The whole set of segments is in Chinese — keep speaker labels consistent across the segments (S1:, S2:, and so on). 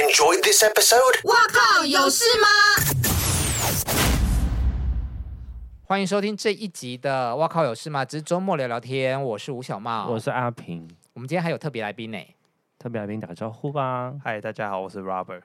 S1: enjoyed this episode?
S2: 哇靠，有事吗？
S3: 欢迎收听这一集的《哇靠有事吗》，只是周末聊聊天。我是吴小茂，
S4: 我是阿平，
S3: 我们今天还有特别来宾呢
S4: 特别来宾打招呼吧。
S5: 嗨，大家好，我是 Robert。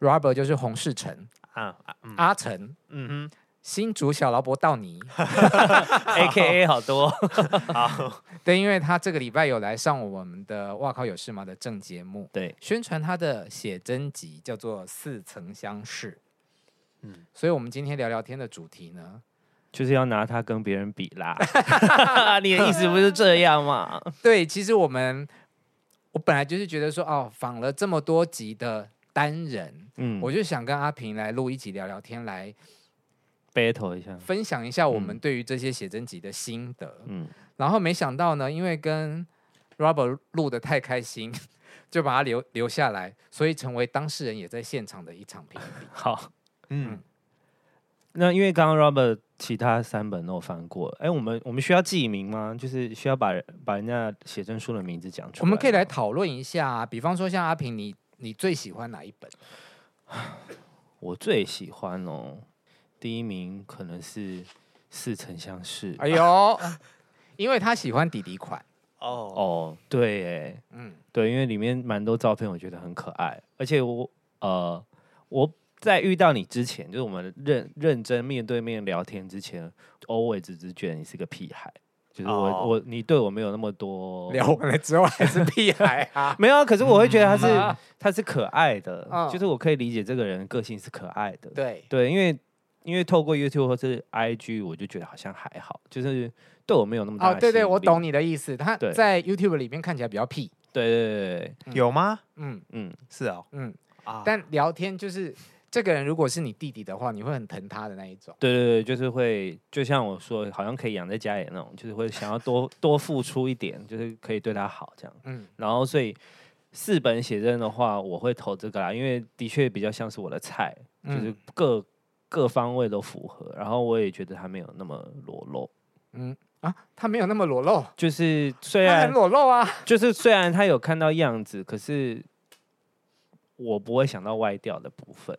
S3: ，Robert 就是洪世成、
S5: 啊，啊嗯
S3: 阿成、
S5: 嗯
S3: 新竹小劳勃 道尼。
S4: A K A 好多，
S5: 哼，好，
S3: 对，因为他这个礼拜有来上我们的《哇靠有事吗》的正节目，
S4: 对，
S3: 宣传他的写真集，叫做《似曾相识》。嗯
S5: 嗯，
S3: 所以我们今天聊聊天的主题呢，
S4: 就是要拿他跟别人比啦。你的意思不是这样嘛？
S3: 对，其实我们我本来就是觉得说，哦，访了这么多集的单人，
S4: 嗯，
S3: 我
S4: 我
S3: 就想跟阿平来录一集聊聊天，来
S4: battle 一下。
S3: 分享一下我们
S4: 嗯
S3: 对于这些写真集的心得。
S4: 嗯，
S3: 然后没想到呢，因为跟 Robert 录的太开心，就把它留留下来，所以成为当事人也在现场的一场评比。
S4: 好。
S5: 嗯，
S4: 那因为刚刚 Robert 其他三本都有翻过了，哎，我们我们需要记名吗？就是需要把人把人家写真书的名字讲出来。
S3: 我们可以来，讨论一下、啊比方说像阿平，你你最喜欢哪一本？
S4: 我最喜欢哦，第一名可能是似曾相识。
S3: 哎 呦，因为他喜欢弟弟款，
S5: 哦，
S4: 哦，对，哎，
S3: 嗯，
S4: 对，因为里面蛮多照片，我觉得很可爱，而且我呃，我在遇到你之前，就是我们认认真面对面聊天之前，always 只觉得你是个屁孩，就是我、
S5: 哦
S4: 我你对我没有那么多。
S3: 聊完了之后还是屁孩啊
S4: 没有啊，可是我会觉得他是、
S3: 嗯
S4: 他是可爱的，
S3: 嗯
S4: 就是我可以理解这个人个性是可爱的，
S3: 对，
S4: 对，因为因为透过 YouTube 或是 IG，我就觉得好像还好，就是对我没有那么大
S3: 哦，
S4: 的
S3: 对对，
S4: 吸引
S3: 我
S4: 力
S3: 懂，你的意思。他
S4: 对
S3: 在 YouTube 里面看起来比较屁，
S4: 对对对对，
S5: 有吗？
S3: 嗯
S4: 嗯，
S5: 是哦，
S3: 嗯，
S5: 啊，
S3: 但聊天就是这个人如果是你弟弟的话，你会很疼他的那一种。
S4: 对对对，就是会，就像我说，好像可以养在家里那种，就是会想要多多付出一点，就是可以对他好这样。
S3: 嗯，
S4: 然后所以四本写真的话，我会投这个啦，因为的确比较像是我的菜，就是
S3: 嗯
S4: 各、各方位都符合。然后我也觉得他没有那么裸露，
S3: 啊，他没有那么裸露，
S4: 就是虽
S3: 他很
S4: 然
S3: 裸露啊。
S4: 就是虽然他有看到样子，可是我不会想到歪掉的部分。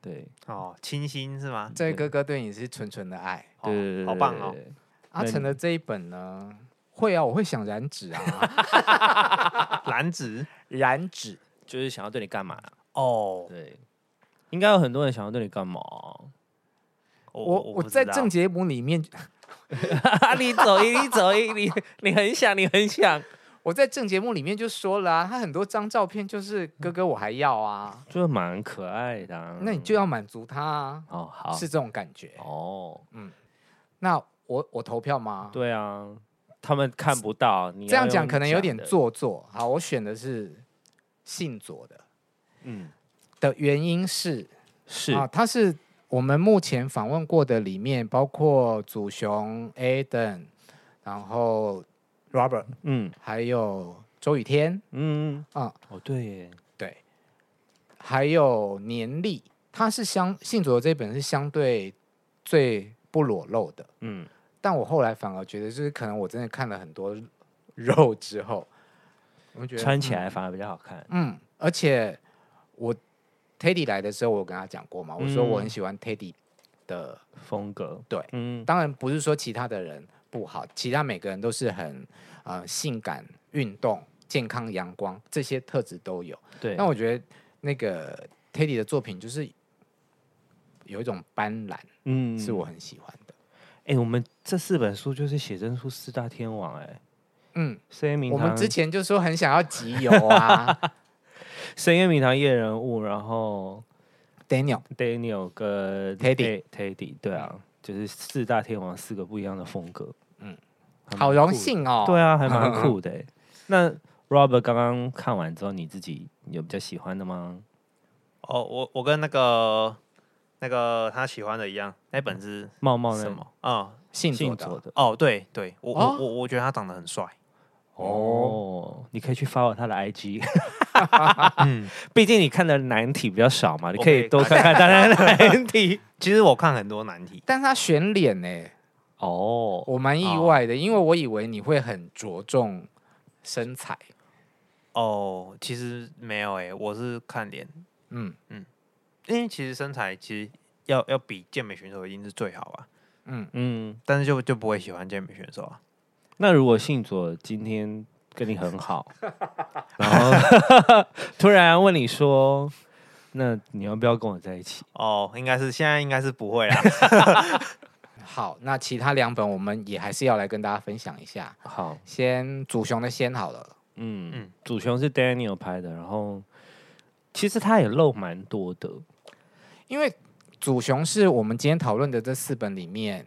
S4: 对
S5: 哦，清新是吗？
S3: 这位哥哥对你是纯纯的爱。
S5: 哦
S4: 对对对，
S5: 好棒哦
S4: 对！对对
S3: 阿
S4: 那
S3: 成
S4: 你
S3: 的这一本呢，会啊，我会想染指啊，
S5: 蓝紫
S3: 染指。
S4: 就是想要对你干嘛？
S5: 哦，
S4: 对，应该有很多人想要对你干嘛？
S3: 我
S5: 我
S3: 我在正
S5: 经
S3: 节目里面，
S4: 啊 你走一，你走一，你你很想，你很想，
S3: 我在正节目里面就说了啊，他很多张照片就是哥哥我还要啊，
S4: 就是蛮可爱的啊、
S3: 那你就要满足他啊，
S4: 哦好
S3: 是这嗯种感觉。
S4: 哦，
S3: 那我我投票吗？，
S4: 对啊，他们看不到你
S3: 这
S4: 要
S3: 样讲
S4: 用
S3: 可能有点
S4: 的，
S3: 做作。好，我选的是信左的
S4: 嗯，
S3: 的原因是。
S4: 是
S3: 啊，他是我们目前访问过的里面，包括祖雄、Aden，然后 Robert，
S4: 嗯
S3: 还有周雨天，
S4: 嗯
S3: 啊
S4: 啊，哦对耶，
S3: 对，还有年历，他是相信左的这本是相对最不裸露的，
S4: 嗯，
S3: 但我后来反而觉得，就是可能我真的看了很多肉之后，我觉得
S4: 穿起来反而比较好看，
S3: 嗯，而且我 Teddy 来的时候，我有跟他讲过嘛，我说我很
S4: 嗯
S3: 喜欢 Teddy 的。
S4: 风格
S3: 对
S4: 嗯
S3: 当然不是说其他的人不好，其他每个人都是很呃性感、运动、健康、阳光这些特质都有。
S4: 对，
S3: 那我觉得那个 Teddy 的作品就是有一种斑斓，
S4: 嗯
S3: 是我很喜欢的。
S4: 哎，我们这四本书就是写真书四大天王哎，
S3: 嗯，
S4: 深夜名
S3: 我们
S4: 堂
S3: 之前就说很想要集邮 啊
S4: 深夜名堂夜人物，然后
S3: ，Daniel，
S4: Daniel 跟
S3: Teddy
S4: Ted- Teddy 对啊，就是四大天王四个不一样的风格，还蛮
S3: 好荣幸哦。
S4: 对啊，还 蛮酷的欸。那 Robert 刚刚看完之后，你自己有比较喜欢的吗？
S5: 哦，我我跟那个那个他喜欢的一样，那本是
S4: 茂茂那
S5: 什么？啊，
S3: 信
S4: 信
S3: 左的
S4: 左的
S5: 哦，对对，我
S3: 哦
S5: 我我我觉得他长得很帅，
S4: 哦，你可以去 follow 他的 IG，
S5: 嗯，
S4: 毕竟你看的难题比较少嘛，你
S5: 我可
S4: 可以
S5: 以
S4: 多看看他的难 题。
S5: 其实我看很多难题，
S3: 但是他选脸欸呢、
S4: 哦，
S3: 我蛮意
S5: 哦
S3: 外的，因为我以为你会很着重身材。
S5: 欸哦，其实没有诶，我是看脸，
S3: 嗯
S5: 因为其实身材其实要要比健美选手一定是最好啊，
S3: 嗯，
S4: 嗯，
S5: 但是就就不会喜欢健美选手啊。
S4: 那如果信佐今天跟你很好，然后 突然问你说，那你要不要跟我在一起？
S5: 哦，应该是现在应该是不会啦。
S3: 好，那其他两本我们也还是要来跟大家分享一下。
S4: 好，
S3: 先祖雄的先好了，
S4: 嗯
S5: 嗯
S4: 嗯，主雄是 Daniel 拍的，然后其实他也露蛮多的，
S3: 因为祖雄是我们今天讨论的这四本里面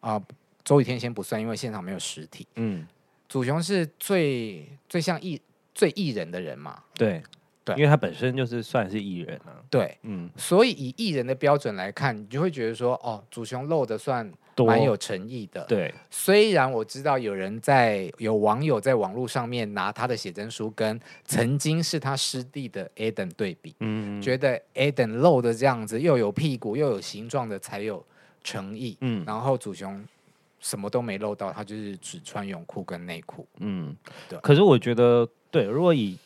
S3: 啊、周雨天先不算，因为现场没有实体。
S4: 嗯，
S3: 祖雄是最最像艺最艺人的人嘛，
S4: 对
S3: 对
S4: 因为他本身就是算是艺人啊，
S3: 对，
S4: 嗯，
S3: 所以以艺人的标准来看，你就会觉得说，哦，祖雄露的算
S4: 嗯多
S3: 蛮有诚意的。
S4: 对，
S3: 虽然我知道有人在有网友在网络上面拿他的写真书跟曾经是他师弟的 Aden 对比，
S4: 嗯，
S3: 觉得 Aden 露的这样子又有屁股又有形状的才有诚意，
S4: 嗯
S3: 然后祖雄什么都没露到，他就是只穿泳裤跟内裤。
S4: 嗯
S3: 对，
S4: 可是我觉得，对，如果以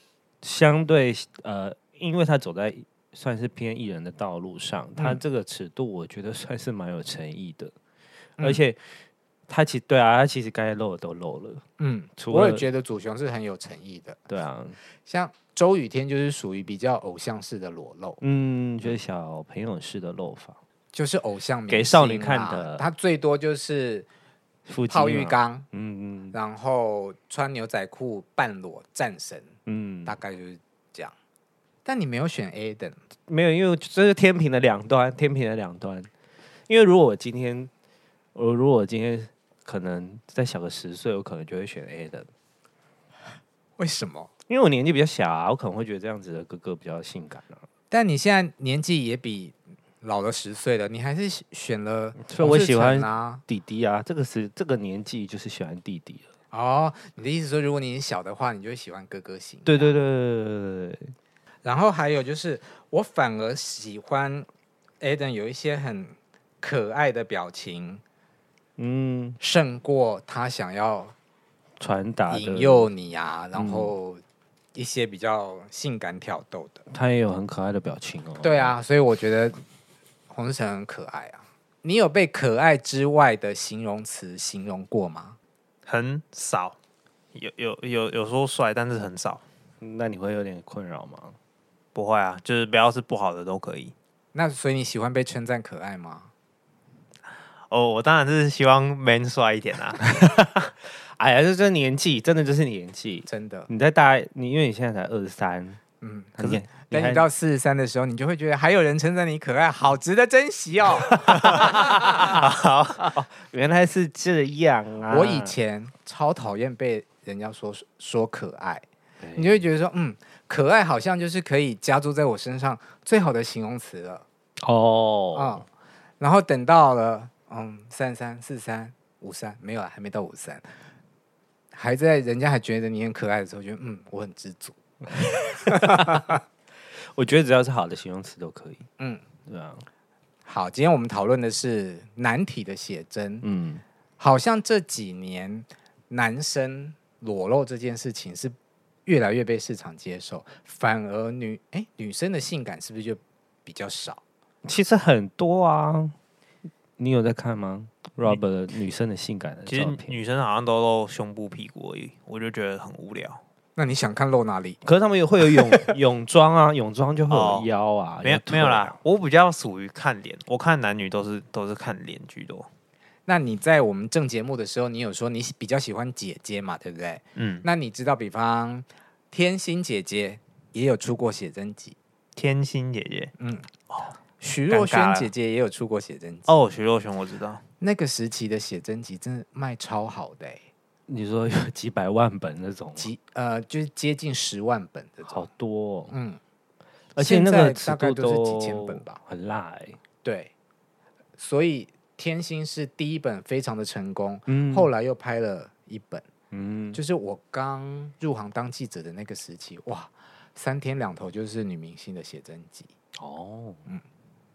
S4: 相对呃，因为他走在算是偏艺人的道路上，他
S3: 嗯
S4: 这个尺度我觉得算是蛮有诚意的，
S3: 嗯
S4: 而且他其对啊，他其实该露的都露了，
S3: 嗯，
S4: 除
S3: 我也
S4: 了
S3: 觉得祖雄是很有诚意的，
S4: 对啊，
S3: 像周雨天就是属于比较偶像式的裸露，
S4: 嗯，就是小朋友式的露法，
S3: 就是偶像明
S4: 给少女
S3: 星
S4: 看
S3: 啦
S4: 的啊
S3: 他最多就是
S4: 腹肌
S3: 泡浴
S4: 嘛，
S3: 缸。
S4: 嗯嗯
S3: 然后穿牛仔裤半裸战神，
S4: 嗯，
S3: 大概就是这样。但你没有选 Aden，
S4: 没有，因为这是天平的两端，天平的两端。因为如果我今天，我如果我今天可能再小个十岁，我可能就会选 A 的，
S3: 为什么？
S4: 因为我年纪比较小啊，我可能会觉得这样子的哥哥比较性感啊，
S3: 但你现在年纪也比老了十岁了，你还是选选了
S4: 所以我喜欢
S3: 王志成啊。
S4: 弟弟啊，这个是这个年纪就是喜欢弟弟了。
S3: 哦，你的意思说，如果你小的话，你就会喜欢哥哥型。
S4: 对对对对对对对，
S3: 然后还有就是，我反而喜欢 Aden 有一些很可爱的表情，
S4: 嗯，
S3: 胜过他想要
S4: 传达的
S3: 引诱你啊，然
S4: 嗯
S3: 后一些比较性感挑逗的。
S4: 他也有很可爱的表情哦。
S3: 对，啊，所以我觉得洪志成很可爱啊。你有被可爱之外的形容词形容过吗？
S5: 很少，有有有有说帅，但是很少。
S4: 那你会有点困扰吗？
S5: 不会啊，就是不要是不好的都可以。
S3: 那所以你喜欢被称赞可爱吗？
S5: 哦，我当然是希望 man 帅一点 啊。
S4: 哎呀，这这年纪真的就是年纪，
S3: 真的，
S4: 你在大你因为你现在才二十三，
S3: 嗯。
S4: 可是你
S3: 等
S4: 还
S3: 你到四十三的时候，你就会觉得还有人称赞你可爱，好值得珍惜哦。
S4: 原来是这样啊！
S3: 我以前超讨厌被人家说说可爱，
S4: 对
S3: 你就会觉得说，嗯，可爱好像就是可以加注在我身上最好的形容词了。
S4: 哦，
S3: 嗯，然后等到了嗯三三四三五三没有啊，还没到五三，还在人家还觉得你很可爱的时候，觉得嗯我很知足，
S4: 我觉得只要是好的形容词都可以。
S3: 嗯。
S4: 对啊，
S3: 好，今天我们讨论的是男体的写真，
S4: 嗯，
S3: 好像这几年男生裸露这件事情是越来越被市场接受，反而女哎女生的性感是不是就比较少？
S4: 其实很多啊。你有在看吗？Robert 的女生的性感的
S5: 其实
S4: 照片，
S5: 女生好像都露胸部、屁股而已，我就觉得很无聊。
S3: 那你想看露哪里？
S4: 可是他们也会有泳泳装啊，泳装就会
S5: 哦
S4: 有腰啊，
S5: 没有
S4: 腿啊
S5: 没有啦，，我比较属于看脸，我看男女都是都是看脸居多。
S3: 那你在我们正节目的时候，你有说你喜比较喜欢姐姐嘛，对不对？
S5: 嗯，
S3: 那你知道，比方天心姐姐也有出过写真集，嗯哦
S5: 天心姐姐
S3: 徐若
S5: 尴尬
S3: 瑄
S5: 了
S3: 姐姐也有出过写真集。
S5: 哦，徐若瑄我知道，
S3: 那个时期的写真集真的卖超好的、欸，
S4: 你说有几百万本那种，啊
S3: 几呃就是接近十万本的。
S4: 好多哦，
S3: 嗯，
S4: 而且那个
S3: 现在
S4: 尺
S3: 大概
S4: 度
S3: 都是几千本吧，
S4: 很辣哎。
S3: 对。所以天心是第一本非常的成功，
S4: 嗯
S3: 后来又拍了一本，
S4: 嗯，
S3: 就是我刚入行当记者的那个时期，哇，三天两头就是女明星的写真集。
S4: 哦，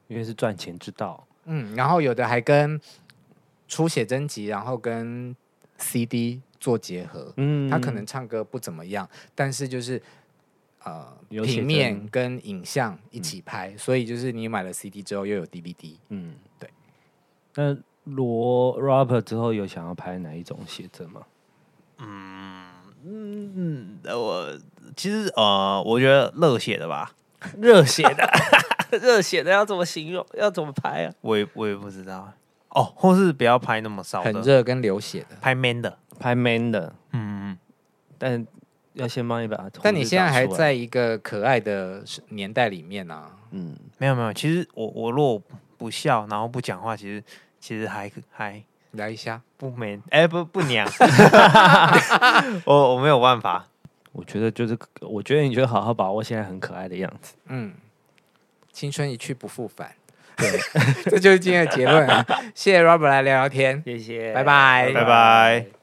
S4: 因为是赚钱之道，
S3: 嗯，然后有的还跟出写真集，然后跟 CD 做结合。
S4: 嗯
S3: 他可能唱歌不怎么样，但是就是呃
S4: 有写
S3: 平
S4: 真
S3: 面跟影像一起拍，所以就是你买了 CD 之后又有 DVD。
S4: 嗯，
S3: 对。
S4: 那罗 rapper 之后有想要拍哪一种写真吗？
S5: 嗯，呃我其实呃，我觉得热血的吧，热血 的，
S4: 热血的要怎么形容？要怎么拍啊？
S5: 我也我也不知道哦，或是不要拍那么骚
S3: 很
S5: 的，
S3: 热跟流血的，
S5: 拍 man 的，
S4: 拍 man 的，
S5: 嗯，
S4: 但要先帮你把。
S3: 但你现在还，在一个可爱的时年代里面啊，
S4: 嗯，
S5: 没有没有，其实我我如果不笑，然后不讲话，其实其实还还
S3: 来一下。
S5: 不 man，哎、不不娘， 我我没有办法，
S4: 我觉得就是，我觉得你就好好把握现在很可爱的样子。
S3: 嗯，青春一去不复返。 对，这就是今天的结论啊！谢谢 Robert 来聊聊天，
S4: 谢谢
S3: 拜拜
S5: 拜拜。